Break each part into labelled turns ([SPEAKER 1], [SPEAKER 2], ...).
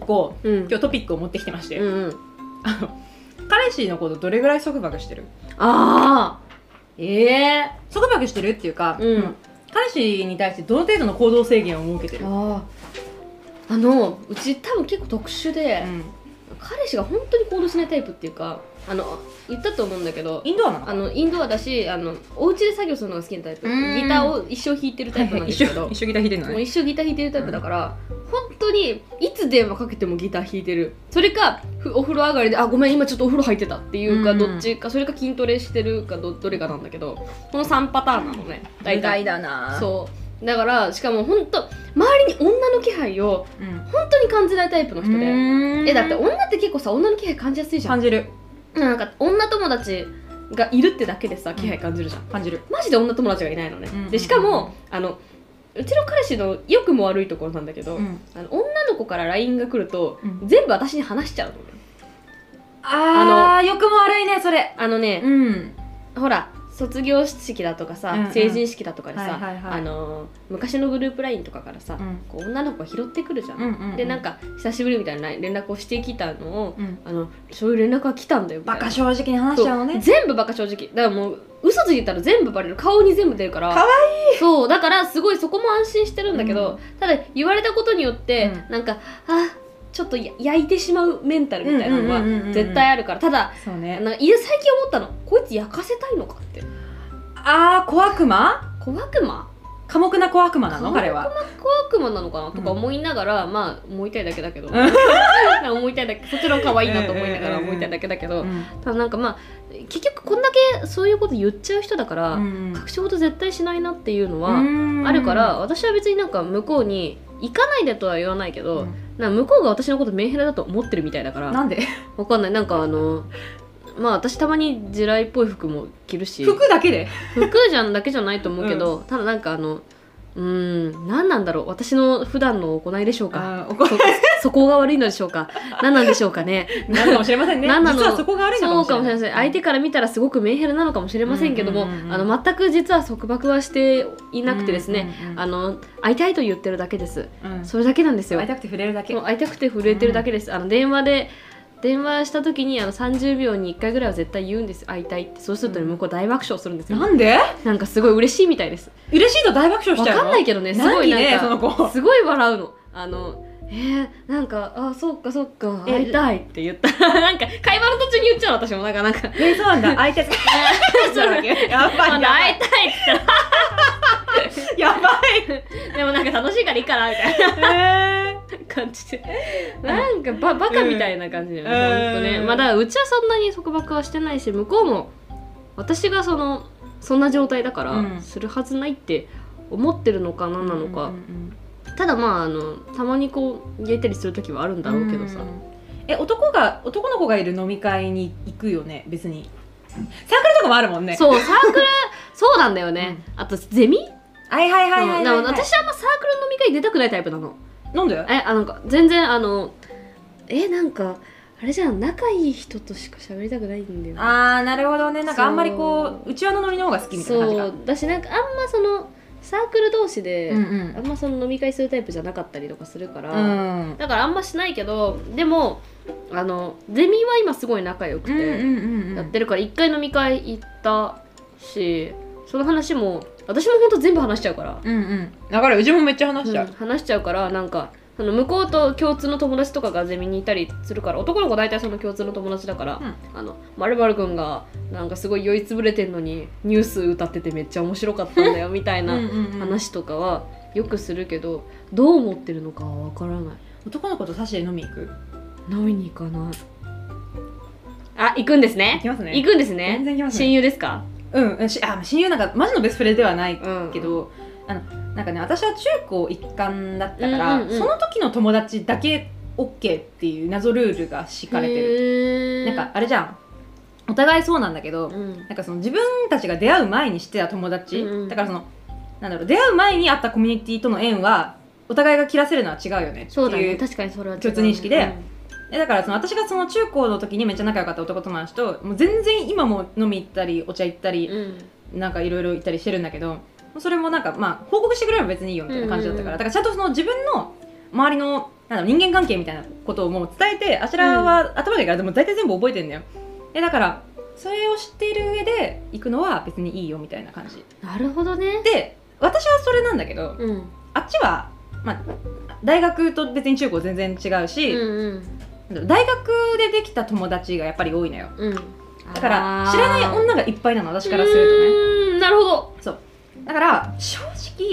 [SPEAKER 1] 個
[SPEAKER 2] うん
[SPEAKER 1] 今日トピックを持ってきてまして、
[SPEAKER 2] うんうん
[SPEAKER 1] あの彼氏のことどれぐらい束縛してる
[SPEAKER 2] ああええ
[SPEAKER 1] 束縛してるっていうか、
[SPEAKER 2] うん
[SPEAKER 1] 彼氏に対してどの程度の行動制限を設けてる、
[SPEAKER 2] あああのうち多分結構特殊で、
[SPEAKER 1] うん
[SPEAKER 2] 彼氏が本当に行動しないタイプっていうかあの言ったと思うんだけど
[SPEAKER 1] インドアなの
[SPEAKER 2] あのインドアだしあのお家で作業するのが好きなタイプ
[SPEAKER 1] う
[SPEAKER 2] ギ
[SPEAKER 1] ん
[SPEAKER 2] ターを一生弾いてるタイプなんですけど、
[SPEAKER 1] 一緒一緒ギター弾いてるの
[SPEAKER 2] もう
[SPEAKER 1] ね
[SPEAKER 2] 一生ギター弾いてるタイプだから、本当にいつ電話かけてもギター弾いてるそれかふお風呂上がりで「あごめん今ちょっとお風呂入ってた」っていうか、
[SPEAKER 1] うん
[SPEAKER 2] どっちかそれか筋トレしてるかどどれかなんだけどこの3パターンなのね大体
[SPEAKER 1] だなそ
[SPEAKER 2] そうだからしかも本当周りに女の気配を
[SPEAKER 1] う、うん、
[SPEAKER 2] 本当に感じないタイプの人で、え
[SPEAKER 1] え
[SPEAKER 2] だって女って結構さ女の気配感じやすいじゃん
[SPEAKER 1] 感じる
[SPEAKER 2] なんか女友達がいるってだけでさ気配感じるじゃん、
[SPEAKER 1] 感じる
[SPEAKER 2] マジで女友達がいないのね、
[SPEAKER 1] うん
[SPEAKER 2] でしかもあのうちの彼氏の良くも悪いところなんだけど、
[SPEAKER 1] うん
[SPEAKER 2] あの女の子から LINE が来ると、
[SPEAKER 1] うん
[SPEAKER 2] 全部私に話しちゃうのね
[SPEAKER 1] ああよくも悪いねそれ
[SPEAKER 2] あのね、
[SPEAKER 1] ん
[SPEAKER 2] ほら卒業式だとかさ、
[SPEAKER 1] うんうん
[SPEAKER 2] 成人式だとかでさ、
[SPEAKER 1] はいはいはい
[SPEAKER 2] あのー昔のグループ LINE とかからさ、
[SPEAKER 1] うん
[SPEAKER 2] こう女の子が拾ってくるじゃん、
[SPEAKER 1] うんうんうん
[SPEAKER 2] でなんか久しぶりみたいな連絡をしてきたのを、
[SPEAKER 1] うん
[SPEAKER 2] あのそういう連絡が来たんだよみた
[SPEAKER 1] バ
[SPEAKER 2] いな
[SPEAKER 1] カ正直に話しちゃうの
[SPEAKER 2] そう
[SPEAKER 1] ね
[SPEAKER 2] 全部バカ正直だからもう嘘ついてたら全部バレる顔に全部出るから
[SPEAKER 1] かわ
[SPEAKER 2] いいそうだからすごいそこも安心してるんだけど、
[SPEAKER 1] うん
[SPEAKER 2] ただ言われたことによって、
[SPEAKER 1] う
[SPEAKER 2] なんかあちょっとや焼いてしまうメンタルみたいな
[SPEAKER 1] う
[SPEAKER 2] の
[SPEAKER 1] んうんうんうんう
[SPEAKER 2] は
[SPEAKER 1] ん
[SPEAKER 2] 絶対あるからただ
[SPEAKER 1] そう
[SPEAKER 2] なん
[SPEAKER 1] ね
[SPEAKER 2] かいや最近思ったのこいつ焼かせたいのかって
[SPEAKER 1] ああ小悪魔
[SPEAKER 2] 小悪魔
[SPEAKER 1] 寡黙な小悪魔なの彼は
[SPEAKER 2] 小悪魔なのかなとか思いながら、まあ思いたいだけだ けどなんか思いたいだけそちらも可愛いなと思いながら思いたいだけだけど、
[SPEAKER 1] うん
[SPEAKER 2] ただなんかまあ結局こんだけそういうこと言っちゃう人だから、
[SPEAKER 1] うん
[SPEAKER 2] 隠し事絶対しないなっていうのは
[SPEAKER 1] は
[SPEAKER 2] あるから、私は別になんか向こうに行かないでとは言わないけど、なんか向こうが私のことメンヘラだと思ってるみたいだから
[SPEAKER 1] なんで
[SPEAKER 2] わかんないなんかあのまあ私たまに地雷っぽい服も着るし
[SPEAKER 1] 服だけで
[SPEAKER 2] 服じゃんだけじゃないと思うけど、ただなんかあのうーん何なんだろう私の普段の行いでしょうか
[SPEAKER 1] あー怒る
[SPEAKER 2] そこが悪いのでしょうか何なんでしょうかね
[SPEAKER 1] なるかもしれませんね
[SPEAKER 2] なんなの
[SPEAKER 1] 実はそこが悪いのか
[SPEAKER 2] そ
[SPEAKER 1] も
[SPEAKER 2] う
[SPEAKER 1] しれない
[SPEAKER 2] かもしれません相手から見たらすごくメンヘラなのかもしれませんけども、
[SPEAKER 1] うんうんうんうん
[SPEAKER 2] あの全く実は束縛はしていなくてですね、
[SPEAKER 1] うんうんうん
[SPEAKER 2] あの会いたいと言ってるだけです
[SPEAKER 1] うん
[SPEAKER 2] それだけなんですよ
[SPEAKER 1] 会いたくて触れるだけ
[SPEAKER 2] もう会いたくて震えてるだけです、あの電話で電話した時にあの30秒に1回ぐらいは絶対言うんです会いたいってそうすると
[SPEAKER 1] うん
[SPEAKER 2] 向こう大爆笑するんですよ、
[SPEAKER 1] なんで
[SPEAKER 2] なんかすごい嬉しいみたいです
[SPEAKER 1] 嬉しいと大爆笑し
[SPEAKER 2] わ
[SPEAKER 1] ちゃうの
[SPEAKER 2] かんないけどねすごいなんか
[SPEAKER 1] 何ねその子
[SPEAKER 2] すごい笑うのあのえー、なんかあそっかそっか
[SPEAKER 1] え
[SPEAKER 2] 会いたいって言ったら なんか会話の途中に言っちゃう私もなんかなんか
[SPEAKER 1] えー、そうなん だ。相手つそうだっけ。やばい。や
[SPEAKER 2] ま
[SPEAKER 1] ば
[SPEAKER 2] だ会い
[SPEAKER 1] い。
[SPEAKER 2] たいって言っ
[SPEAKER 1] や
[SPEAKER 2] たらでもなんか楽しいからいいかなみたい
[SPEAKER 1] ばい。え
[SPEAKER 2] な感じでなんかババカみたいな感じだよね、
[SPEAKER 1] うん
[SPEAKER 2] ほんとね
[SPEAKER 1] うん
[SPEAKER 2] まあだからうちはそんなに束縛はしてないし向こうも私がそのそんな状態だから、
[SPEAKER 1] うん
[SPEAKER 2] するはずないって思ってるのか
[SPEAKER 1] ー
[SPEAKER 2] 何なのか、ただまああのたまにこう言えたりする時はあるんだろうけどさ、
[SPEAKER 1] んえ、男が男の子がいる飲み会に行くよね。別に。サークルとかもあるもんね。
[SPEAKER 2] そうサークルそうなんだよね、あとゼミ、
[SPEAKER 1] はいはいはいはいはいはい。
[SPEAKER 2] うんだから私はあんまサークル飲み会出たくないタイプなの
[SPEAKER 1] なんで？
[SPEAKER 2] えあなんか全然あのえなんかあれじゃん仲いい人としか喋りたくないんだよ
[SPEAKER 1] あーなるほどね。なんかあんまりこ
[SPEAKER 2] そう
[SPEAKER 1] う内輪のノリの方が好きみたいな感じ
[SPEAKER 2] そ
[SPEAKER 1] が
[SPEAKER 2] う。だしなんかあんまそのサークル同士で、
[SPEAKER 1] うん
[SPEAKER 2] あんまその飲み会するタイプじゃなかったりとかするから、
[SPEAKER 1] うん。うん。
[SPEAKER 2] だからあんましないけどでもあのゼミは今すごい仲良く
[SPEAKER 1] うん
[SPEAKER 2] て
[SPEAKER 1] うんうん。
[SPEAKER 2] やってるから一回飲み会行ったしその話も私もほんと全部話しちゃうから、
[SPEAKER 1] うんうん。だからうちもめっちゃ話しちゃ
[SPEAKER 2] うん
[SPEAKER 1] う。
[SPEAKER 2] 話しちゃうからなんかその向こうと共通の友達とかがゼミにいたりするから男の子大体その共通の友達だから「あのまるまるくんがなんかすごい酔いつぶれてんのにニュース歌っててめっちゃ面白かったん だよ」みたいな
[SPEAKER 1] うんうんうん
[SPEAKER 2] 話とかはよくするけどどう思ってるのかは分からない
[SPEAKER 1] 男の子とサシで飲み行く
[SPEAKER 2] 飲みに行かないあ行くんです
[SPEAKER 1] 行
[SPEAKER 2] ね
[SPEAKER 1] きますね
[SPEAKER 2] 行くんです
[SPEAKER 1] 全
[SPEAKER 2] ね
[SPEAKER 1] 然行きますね
[SPEAKER 2] 親友ですか
[SPEAKER 1] うんしあ親友なんかマジのベストフレではない
[SPEAKER 2] うん
[SPEAKER 1] けど、あのなんかね私は中高一貫だったから、
[SPEAKER 2] うんうんうん
[SPEAKER 1] その時の友達だけ OK っていう謎ルールが敷かれてる
[SPEAKER 2] る
[SPEAKER 1] なんかあれじゃんお互いそうなんだけど、
[SPEAKER 2] うん
[SPEAKER 1] なんかその自分たちが出会う前にしてた友達、
[SPEAKER 2] うんうん
[SPEAKER 1] だからそのなんだろう出会う前にあったコミュニティとの縁はお互いが切らせるのは違うよねっていう
[SPEAKER 2] そうだね確かにそれは違う
[SPEAKER 1] 共通認識でえだからその私がその中高の時にめっちゃ仲良かった男友達ともう全然今も飲み行ったりお茶行ったり
[SPEAKER 2] うんうん
[SPEAKER 1] なんかいろいろ言ったりしてるんだけどそれもなんかまあ報告してくれれば別にいいよみたいな感じだったから、
[SPEAKER 2] うんうん
[SPEAKER 1] だから
[SPEAKER 2] うん
[SPEAKER 1] ちゃんとその自分の周りのなんだろう人間関係みたいなことをもう伝えてあしらは頭でからでも大体全部覚えてんだよえだからそれを知っている上で行くのは別にいいよみたいな感じ
[SPEAKER 2] なるほどね
[SPEAKER 1] で私はそれなんだけど
[SPEAKER 2] うん
[SPEAKER 1] あっちは、まあ、大学と別に中高全然違う
[SPEAKER 2] うん
[SPEAKER 1] し、
[SPEAKER 2] うん
[SPEAKER 1] 大学でできた友達がやっぱり多いのよ
[SPEAKER 2] うん
[SPEAKER 1] だから知らない
[SPEAKER 2] の
[SPEAKER 1] 女がいっぱいなの私からする
[SPEAKER 2] ねなるほど
[SPEAKER 1] とねだから正直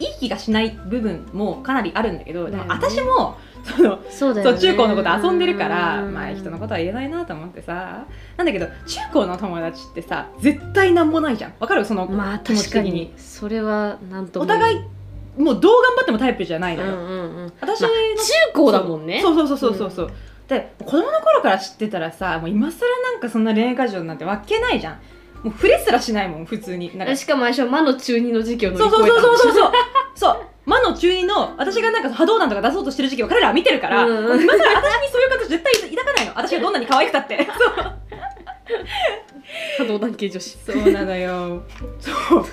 [SPEAKER 1] いい気がしない部分もかなりあるんだけど、でも
[SPEAKER 2] だよね
[SPEAKER 1] 私もその
[SPEAKER 2] そうだ
[SPEAKER 1] そ
[SPEAKER 2] よ、
[SPEAKER 1] う
[SPEAKER 2] ね、
[SPEAKER 1] 中高のこと遊んでるから、
[SPEAKER 2] うん
[SPEAKER 1] まあ人のことは言えないなと思ってさなんだけど中高の友達ってさ絶対なんもないじゃんわかるその、
[SPEAKER 2] まあ
[SPEAKER 1] 気持ち的
[SPEAKER 2] 確か
[SPEAKER 1] に
[SPEAKER 2] にそれはなんと
[SPEAKER 1] お
[SPEAKER 2] も
[SPEAKER 1] 互いもうどう頑張ってもタイプじゃな
[SPEAKER 2] う
[SPEAKER 1] い
[SPEAKER 2] ん
[SPEAKER 1] の
[SPEAKER 2] う
[SPEAKER 1] よ、
[SPEAKER 2] んうん中
[SPEAKER 1] 私の
[SPEAKER 2] 高だもんね
[SPEAKER 1] そうそうそうそうそうそう、で子供の頃から知ってたらさもう今更なんかそんな恋愛感情なんてわけないじゃんもう触れすらしないもん普通になんか
[SPEAKER 2] しかも最初は魔の中二の時期を乗り
[SPEAKER 1] そう
[SPEAKER 2] 越え
[SPEAKER 1] そう
[SPEAKER 2] た
[SPEAKER 1] そうそう
[SPEAKER 2] う
[SPEAKER 1] そうそうそう魔の中二の私がなんか波動弾とか出そうとしてる時期を彼らは見てるから、
[SPEAKER 2] うんうん
[SPEAKER 1] 今更私にそういう形絶対抱かないの私がどんなに可愛くたって
[SPEAKER 2] 波動男系女子
[SPEAKER 1] そうなのよそう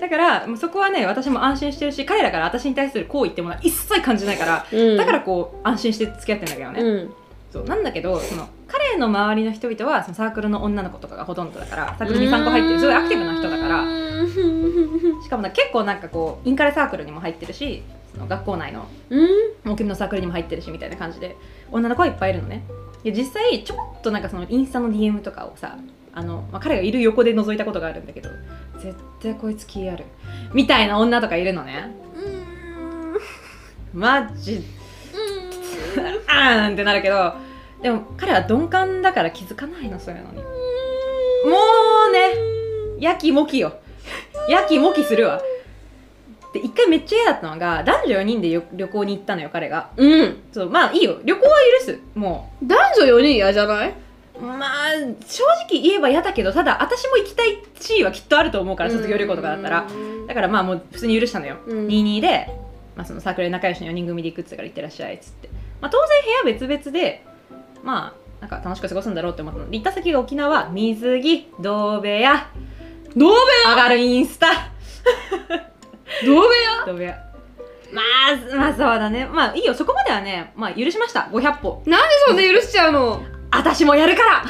[SPEAKER 1] だからもうそこはね私も安心してるし彼らから私に対する好意ってものは一切感じないから
[SPEAKER 2] うん
[SPEAKER 1] だからこう安心して付き合ってんだけどね、
[SPEAKER 2] うん
[SPEAKER 1] そうなんだけどその彼の周りの人々はそのサークルの女の子とかがほとんどだからサークル23個入ってるすごいアクティブな人だから
[SPEAKER 2] う
[SPEAKER 1] しかもなんか結構なんかこうインカレサークルにも入ってるしその学校内の
[SPEAKER 2] ん
[SPEAKER 1] 大きめのサークルにも入ってるしみたいな感じで女の子はいっぱいいるのねで実際ちょこっとなんかそのインスタの DM とかをさあの、まあ、彼がいる横で覗いたことがあるんだけど絶対こいつ気あるみたいな女とかいるのねマジあーなんてなるけどでも彼は鈍感だから気づかないのそういうのにもうねやきもきよやきもきするわで一回めっちゃ嫌だったのが男女4人で旅旅行に行ったのよ彼が
[SPEAKER 2] うん
[SPEAKER 1] そうまあいいよ旅行は許すも
[SPEAKER 2] 男女4人嫌じゃないう
[SPEAKER 1] まあ正直言えば嫌だけどただ私も行きたい地位はきっとあると思うから卒業旅行とかだったらだからまあもう普通に許したのよ
[SPEAKER 2] うん
[SPEAKER 1] 22で、まあ、そのサークルで仲良しの4人組で行くっつったから行ってらっしゃいっつって、まあ、当然部屋別々でまあなんか楽しく過ごすんだろうって思ったので行った先が沖縄水着同部屋
[SPEAKER 2] 同部
[SPEAKER 1] 上がるインスタ
[SPEAKER 2] 同部
[SPEAKER 1] 同部屋まあまあそうだねまあいいよそこまではねまあ許しました500歩
[SPEAKER 2] 屋なんでそんな許しちゃうの
[SPEAKER 1] 私もやるから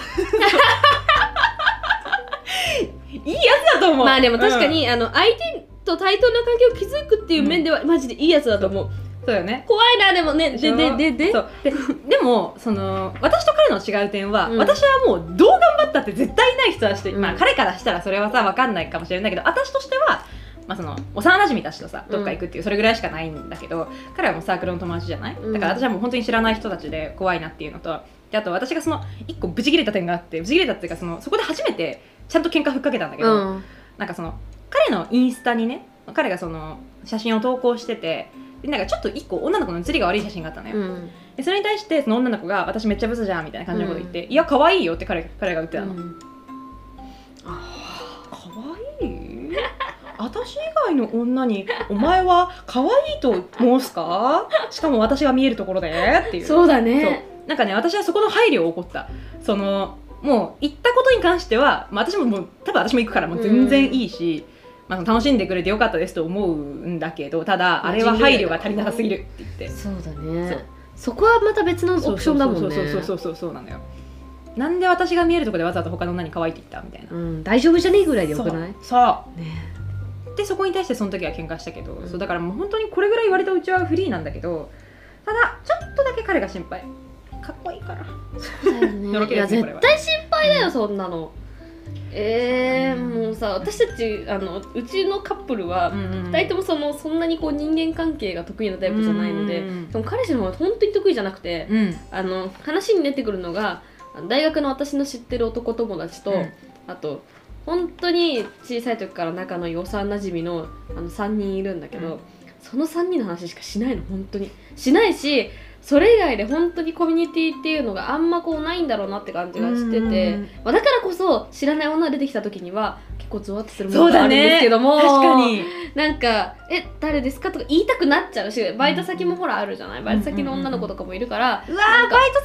[SPEAKER 1] い いやつだと思う
[SPEAKER 2] まあでも確か、にあの相手と対等な関係を築くっていう面ではマジでいいやつだと思う
[SPEAKER 1] うんそうよね
[SPEAKER 2] 怖いなでもね
[SPEAKER 1] で
[SPEAKER 2] でででで
[SPEAKER 1] そうででもその私と彼の違う点は、
[SPEAKER 2] うん
[SPEAKER 1] 私はもうどう頑張ったって絶対ない人だし、
[SPEAKER 2] うん
[SPEAKER 1] まあ、彼からしたらそれはさ分かんないかもしれないけど私としては、まあ、その幼馴染たちとさどっか行くっていう、それぐらいしかないんだけど彼はもうサークルの友達じゃない、
[SPEAKER 2] うん
[SPEAKER 1] だから私はもう本当に知らない人たちで怖いなっていうのとであと私がその一個ブチ切れた点があってブチ切れたっていうかそのそこで初めてちゃんと喧嘩ふっかけたんだけど、
[SPEAKER 2] うん
[SPEAKER 1] なんかその彼のインスタにね彼がその写真を投稿しててでなんかちょっと一個女の子の写りが悪い写真があったのよ、
[SPEAKER 2] うん
[SPEAKER 1] でそれに対してその女の子が「私めっちゃブスじゃん」みたいな感じのこと言って「いや可愛いよ」って彼彼が言ってたの、可愛い私以外の女に「お前は可愛いと申すかしかも私が見えるところで」っていう
[SPEAKER 2] そうだ
[SPEAKER 1] そう
[SPEAKER 2] ね
[SPEAKER 1] なんかね私はそこの配慮を怒ったそのもう行ったことに関しては、まあ、私ももう多分私も行くからもう全然いいし、まあ、その楽しんでくれてよかったですと思うんだけどただあれは配慮が足りなさすぎるって言って
[SPEAKER 2] そうだ
[SPEAKER 1] そ
[SPEAKER 2] ね
[SPEAKER 1] う
[SPEAKER 2] そこはまた別のオプションだもんね
[SPEAKER 1] そうそうそうそうそうそうなのよなんで私が見えるとこでわざわざ他の女に可愛いって言ったみたいな
[SPEAKER 2] うん大丈夫じゃねえぐらいでよくない
[SPEAKER 1] さ
[SPEAKER 2] ね
[SPEAKER 1] あでそこに対してその時は喧嘩したけど、
[SPEAKER 2] うん
[SPEAKER 1] そうだからもう本当にこれぐらい言われたうちはフリーなんだけどただちょっとだけ彼が心配かっこいいから
[SPEAKER 2] そうだよ
[SPEAKER 1] のろ
[SPEAKER 2] ね い
[SPEAKER 1] けで
[SPEAKER 2] や
[SPEAKER 1] すね
[SPEAKER 2] 絶
[SPEAKER 1] これは
[SPEAKER 2] 対心配だよそんなのえーもうさ私たちあのうちのカップルは
[SPEAKER 1] 2
[SPEAKER 2] 2人ともそのそんなにこう人間関係が得意なタイプじゃないので
[SPEAKER 1] うん
[SPEAKER 2] でも彼氏の方が本当に得意じゃなくて
[SPEAKER 1] うん
[SPEAKER 2] あの話に出てくるのがあの大学の私の知ってる男友達と、
[SPEAKER 1] うん
[SPEAKER 2] あと本当に小さい時から仲の良さなじみのあの3人いるんだけど、
[SPEAKER 1] うん
[SPEAKER 2] その3人の話しかしないの本当にしないしそれ以外で本当にコミュニティっていうのがあんまこうないんだろうなって感じがして
[SPEAKER 1] うんうん
[SPEAKER 2] て、
[SPEAKER 1] うん
[SPEAKER 2] まあ、だからこそ知らない女が出てきた時には結構ゾワッとするものがあるんですけども、
[SPEAKER 1] 確かに
[SPEAKER 2] なんか「え誰ですか?」とか言いたくなっちゃうしバイト先もほらあるじゃないバイト先の女の子とかもいるから、
[SPEAKER 1] うわ
[SPEAKER 2] なん
[SPEAKER 1] ー
[SPEAKER 2] か
[SPEAKER 1] バイト先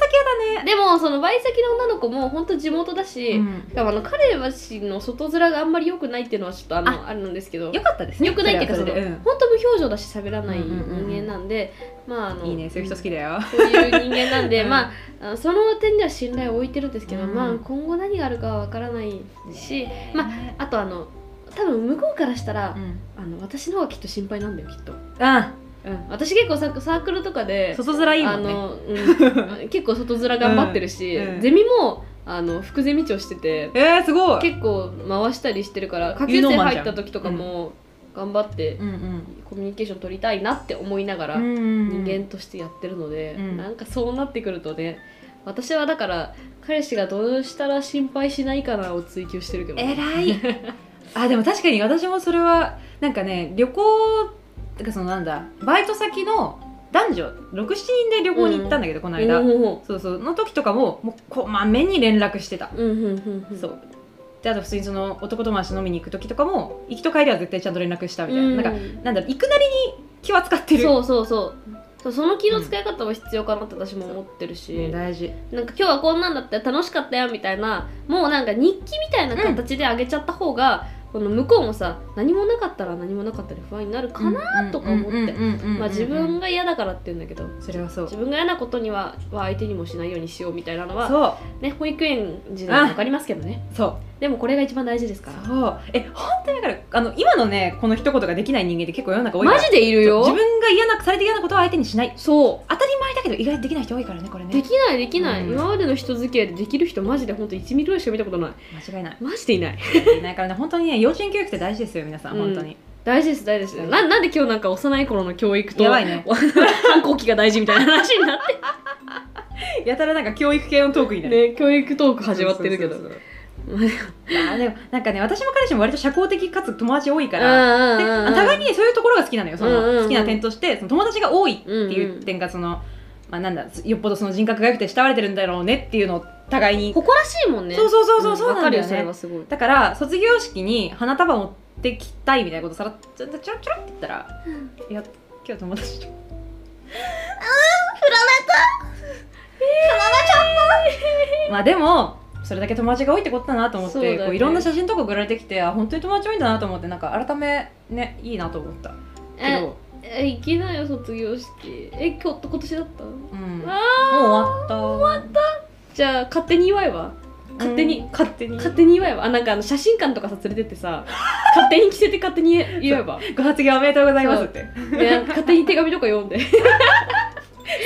[SPEAKER 1] やだね
[SPEAKER 2] でもそのバイト先の女の子も本当地元だし、
[SPEAKER 1] うん
[SPEAKER 2] しかもあの彼氏の外面があんまり良くないっていうのはちょっとあのあれなんですけど
[SPEAKER 1] よかったですね
[SPEAKER 2] 良くないっていうか
[SPEAKER 1] そ
[SPEAKER 2] そ
[SPEAKER 1] れは
[SPEAKER 2] の、
[SPEAKER 1] それでうん
[SPEAKER 2] 本当表情だし喋らない
[SPEAKER 1] うんうんうんうん
[SPEAKER 2] 人間なんで、まああの
[SPEAKER 1] いいねそういう人好きだよ
[SPEAKER 2] そういう人間な んで、
[SPEAKER 1] うん
[SPEAKER 2] まああのその点では信頼を置いてるんですけど、
[SPEAKER 1] うん
[SPEAKER 2] まあ今後何があるかはわからないし、ま
[SPEAKER 1] あ
[SPEAKER 2] あとあの多分向こうからしたら、
[SPEAKER 1] うん
[SPEAKER 2] あの私の方がきっと心配なんだよきっと、
[SPEAKER 1] あ
[SPEAKER 2] うん、私結構ササークルとかで
[SPEAKER 1] 外面いいも
[SPEAKER 2] あ
[SPEAKER 1] んね
[SPEAKER 2] の、 うん、結構外面頑張ってるし、
[SPEAKER 1] うんうん
[SPEAKER 2] ゼミもあの副ゼミ長してて
[SPEAKER 1] えー、すごい
[SPEAKER 2] 結構回したりしてるから下級
[SPEAKER 1] 有能
[SPEAKER 2] 生
[SPEAKER 1] マン
[SPEAKER 2] 入
[SPEAKER 1] じゃ
[SPEAKER 2] っ
[SPEAKER 1] ん
[SPEAKER 2] た時とかも頑張って
[SPEAKER 1] うんうん
[SPEAKER 2] コミュニケーション取りたいなって思いながら
[SPEAKER 1] 人
[SPEAKER 2] 人間としてやってるので、
[SPEAKER 1] うん
[SPEAKER 2] なんかそうなってくるとね私はだから彼氏がどうしたら心配しないかなを追求してるけど、
[SPEAKER 1] えら いあでも確かに私もそれはなんかね旅行てかそのなんだバイト先の男女67人で旅行に行ったんだけど、この間、
[SPEAKER 2] うんうん
[SPEAKER 1] そうそうの時とかももうこまめに連絡してた、
[SPEAKER 2] うんうんうん
[SPEAKER 1] そうであと普通にその男友達と飲みに行く時とかも行きと帰りは絶対ちゃんと連絡したみたいな,、
[SPEAKER 2] うん
[SPEAKER 1] なんかなんだろう行くなりに気は使ってる
[SPEAKER 2] そうそうそうそうその気の使い方は必要かなって私も思ってる
[SPEAKER 1] うん
[SPEAKER 2] し、
[SPEAKER 1] 大事
[SPEAKER 2] なんか今日はこんなんだって楽しかったよみたいなもうなんか日記みたいな形であげちゃった方が、この向こうもさ何もなかったら何もなかったら不安になるかな、とか思ってまあ、自分
[SPEAKER 1] が
[SPEAKER 2] が嫌だからって言うんだけど
[SPEAKER 1] それはそう
[SPEAKER 2] 自
[SPEAKER 1] そう
[SPEAKER 2] 分が嫌なことにはは相手にもしないようにしようみたいなのは、
[SPEAKER 1] そう
[SPEAKER 2] ね、保育園時代わかりますけどね
[SPEAKER 1] そう
[SPEAKER 2] でもこれが一番大事ですから
[SPEAKER 1] え本当にだからあの今のねこの一言ができない人間って結構世の中多いから
[SPEAKER 2] マジでい
[SPEAKER 1] そ
[SPEAKER 2] る
[SPEAKER 1] う
[SPEAKER 2] よ
[SPEAKER 1] 自分が嫌なされて嫌なことは相手にしない
[SPEAKER 2] そ
[SPEAKER 1] 当たり前だけど意外とできない人多いからねこれ
[SPEAKER 2] う
[SPEAKER 1] ね
[SPEAKER 2] できないできない、
[SPEAKER 1] うん
[SPEAKER 2] 今までの人付き合いでできる人マジで本当1ミリぐらいしか見たことない
[SPEAKER 1] 間違いない
[SPEAKER 2] マジでいない
[SPEAKER 1] いないからね本当にね幼稚園教育って大事ですよ皆さん本当に、
[SPEAKER 2] 大事です大事ですななんで今日なんか幼い頃の教育と
[SPEAKER 1] やばいね
[SPEAKER 2] 反抗期が大事みたいな話になっ
[SPEAKER 1] やたらなんか教育系のトークに
[SPEAKER 2] て
[SPEAKER 1] なる、
[SPEAKER 2] ね教育トーク始まってるけど
[SPEAKER 1] そうそうそうあーでもなんかね私も彼氏も割と社交的かつ友達多いからであ互い
[SPEAKER 2] 互い
[SPEAKER 1] にねそういうところが好きなのよその、
[SPEAKER 2] うんうんうん
[SPEAKER 1] 好きな点としてその友達が多いって
[SPEAKER 2] うんう
[SPEAKER 1] い
[SPEAKER 2] ん
[SPEAKER 1] う点がその、まあ、なんだよっぽどその人格が良くて慕われてるんだろうねっていうのを互いに
[SPEAKER 2] 誇らしいもんね
[SPEAKER 1] そうそうそうそうそう
[SPEAKER 2] わ
[SPEAKER 1] な
[SPEAKER 2] か
[SPEAKER 1] ん
[SPEAKER 2] る
[SPEAKER 1] だ
[SPEAKER 2] よ
[SPEAKER 1] よ
[SPEAKER 2] それ
[SPEAKER 1] ね
[SPEAKER 2] は。すごい
[SPEAKER 1] だから卒業式に花束持ってきたいみたいなことさらっちょちょちょちょって言ったら「いや今日友達と」まあでもそれだけ友達が多いってことだなと思っ
[SPEAKER 2] そうだ
[SPEAKER 1] て
[SPEAKER 2] ね
[SPEAKER 1] こういろんな写真とか送られてきてあ本当に友達多いんだなと思ってなんか改めねいいなと思ったけ
[SPEAKER 2] え
[SPEAKER 1] ど、
[SPEAKER 2] え行けないよ卒業式え今日と今年だった
[SPEAKER 1] うん、もう
[SPEAKER 2] あ
[SPEAKER 1] 終わった終わった
[SPEAKER 2] ーじゃあ勝手に祝えば勝手に、
[SPEAKER 1] 勝手に
[SPEAKER 2] 勝手に祝えばあなんかあの写真館とかさ連れてって さ勝手に着せて勝手に祝えば
[SPEAKER 1] ご発言おめでとうございますって
[SPEAKER 2] でなんか勝手に手紙とか読 んで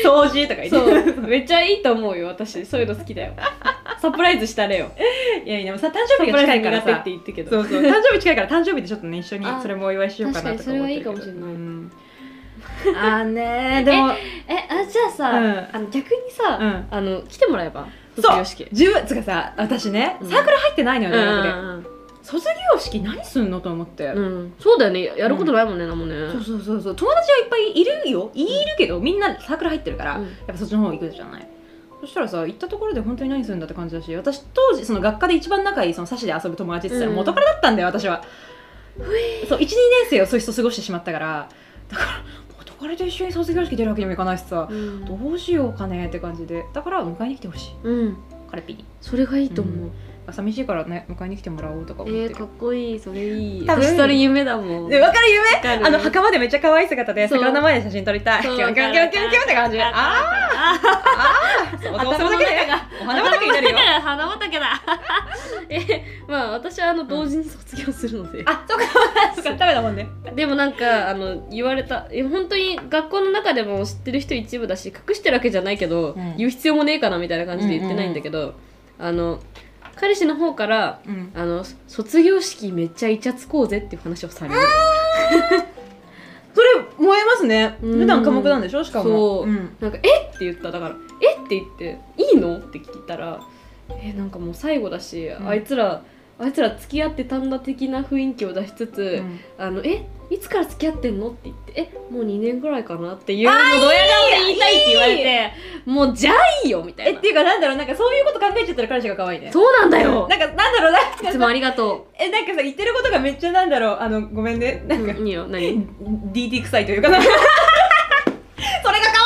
[SPEAKER 1] 掃除とか言って
[SPEAKER 2] そうめっちゃいいと思うよ私そういうの好きだよサプライズした れよ
[SPEAKER 1] いやいやでもさ誕
[SPEAKER 2] サ
[SPEAKER 1] 生日
[SPEAKER 2] プ
[SPEAKER 1] が
[SPEAKER 2] ラ
[SPEAKER 1] 近
[SPEAKER 2] イ
[SPEAKER 1] い
[SPEAKER 2] ズ
[SPEAKER 1] から
[SPEAKER 2] 苦手っ
[SPEAKER 1] さ
[SPEAKER 2] て言ったけど
[SPEAKER 1] そう そう誕生日近いから誕生日でちょっとね一緒に
[SPEAKER 2] あ
[SPEAKER 1] それもお祝いしようかなとか思ってるけど
[SPEAKER 2] 確かにそれはいいかもしれ
[SPEAKER 1] う
[SPEAKER 2] ない
[SPEAKER 1] ん あーねーでも
[SPEAKER 2] えあじゃあさ、
[SPEAKER 1] うん
[SPEAKER 2] あの逆にさ、
[SPEAKER 1] うん
[SPEAKER 2] あの来てもらえば
[SPEAKER 1] そう
[SPEAKER 2] 卒業式
[SPEAKER 1] 自分つうかさ私ね
[SPEAKER 2] うん
[SPEAKER 1] サークル入ってないの
[SPEAKER 2] う
[SPEAKER 1] よ
[SPEAKER 2] ん
[SPEAKER 1] 大学
[SPEAKER 2] う
[SPEAKER 1] で、
[SPEAKER 2] ん
[SPEAKER 1] 卒業式何すんのと思って、
[SPEAKER 2] うんうんそうだよねやることないもんね、なんもね
[SPEAKER 1] そうそうそうそう友達はいっぱいいるよいるけどみんなサークル入ってるから、や
[SPEAKER 2] う
[SPEAKER 1] っ
[SPEAKER 2] ん
[SPEAKER 1] ぱそっちの方行くじゃないそしたらさ行ったところで本当に何するんだって感じだし私当時その学科で一番仲いいそのサシで遊ぶ友達って言った
[SPEAKER 2] うん
[SPEAKER 1] ら元からだったんだよ私は、そう12年生をそうと過ごしてしまったからだから元彼と一緒に卒業式出るわけにもいかないしさ
[SPEAKER 2] うん
[SPEAKER 1] どうしようかねって感じでだから迎えに来てほしい
[SPEAKER 2] うん
[SPEAKER 1] カルピに
[SPEAKER 2] それがいいと思う、
[SPEAKER 1] うん寂しいからね迎えに来てもらおうとか思って
[SPEAKER 2] え
[SPEAKER 1] る、
[SPEAKER 2] ー、かっこいいそれいい
[SPEAKER 1] 多分
[SPEAKER 2] 私それ夢だもん
[SPEAKER 1] でわかる夢
[SPEAKER 2] わかる
[SPEAKER 1] あの袴でめっちゃ可愛い姿で
[SPEAKER 2] そう
[SPEAKER 1] 桜の前で写真撮りたいキ
[SPEAKER 2] そ
[SPEAKER 1] ュ
[SPEAKER 2] う
[SPEAKER 1] ンキュンキュンキュンキュンって感じ
[SPEAKER 2] わかる
[SPEAKER 1] ああそうそうするだけでお花畑になるよ
[SPEAKER 2] 花畑だ えまあ私はあの同時に卒業するので、
[SPEAKER 1] あそうかそうか食べたもんね
[SPEAKER 2] でもなんかあの言われたえ本当に学校の中でも知ってる人一部だし隠してるわけじゃないけど、
[SPEAKER 1] うん
[SPEAKER 2] 言う必要もねえかなみたいな感じで言ってないんだけど、あの彼氏の方から
[SPEAKER 1] うん
[SPEAKER 2] あの卒業式めっちゃイチャつこうぜっていう話をされる
[SPEAKER 1] それ燃えますね
[SPEAKER 2] うん
[SPEAKER 1] 普段寡黙なんでしょしかも
[SPEAKER 2] そう
[SPEAKER 1] うん
[SPEAKER 2] なんか「えっ?」て言っただから「えっ?」て言って「いいの?」って聞いたら「えなんかもう最後だし、
[SPEAKER 1] ん
[SPEAKER 2] あいつらあいつら付き合ってたんだ的な雰囲気を出しつ
[SPEAKER 1] う
[SPEAKER 2] つ
[SPEAKER 1] ん
[SPEAKER 2] 「あのえいつから付き合ってんの?」って言って「えもう2年ぐらいかな?」っていうのをドヤ顔で言いたいって言われてもうじゃあいいよみた
[SPEAKER 1] え
[SPEAKER 2] い
[SPEAKER 1] っ
[SPEAKER 2] な
[SPEAKER 1] ていうかなんだろうなんかそういうこと考えちゃったら彼氏が可愛いね
[SPEAKER 2] そうなんだよ
[SPEAKER 1] なんかなんだろうなんか
[SPEAKER 2] いつもありがと
[SPEAKER 1] えなんかさ言ってることがめっちゃなんだろうあのごめんね
[SPEAKER 2] う
[SPEAKER 1] なんか
[SPEAKER 2] うんいいよ何
[SPEAKER 1] DT 臭いというかなんかそれが可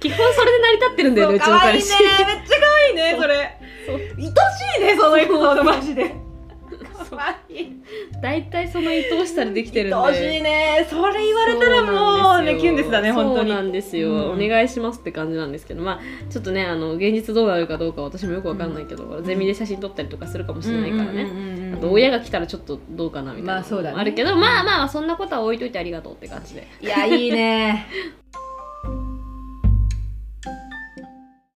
[SPEAKER 2] 基本それで成り立ってるんだよ
[SPEAKER 1] 愛い
[SPEAKER 2] ね
[SPEAKER 1] う
[SPEAKER 2] ちの
[SPEAKER 1] 可愛
[SPEAKER 2] 彼
[SPEAKER 1] いね
[SPEAKER 2] 氏
[SPEAKER 1] めっちゃ可愛いねそれ愛しいねそのエピソードマジで
[SPEAKER 2] そう
[SPEAKER 1] 可愛い
[SPEAKER 2] 大体その愛おしさでできてるんで
[SPEAKER 1] 愛おしいねそれ言われたらもうねキュンですだね本当に
[SPEAKER 2] そうなんですよ、
[SPEAKER 1] うん
[SPEAKER 2] お願いしますって感じなんですけどまあちょっとねあの現実どうなるかどうかは私もよくわかんないけど、
[SPEAKER 1] ん
[SPEAKER 2] ゼミで写真撮ったりとかするかもしれないからね、
[SPEAKER 1] うんうんうんうん
[SPEAKER 2] あと親が来たらちょっとどうかなみたいな
[SPEAKER 1] まあそうだね
[SPEAKER 2] あるけどまあまあそんなことは置いといてありがとうって感じで
[SPEAKER 1] いやいいね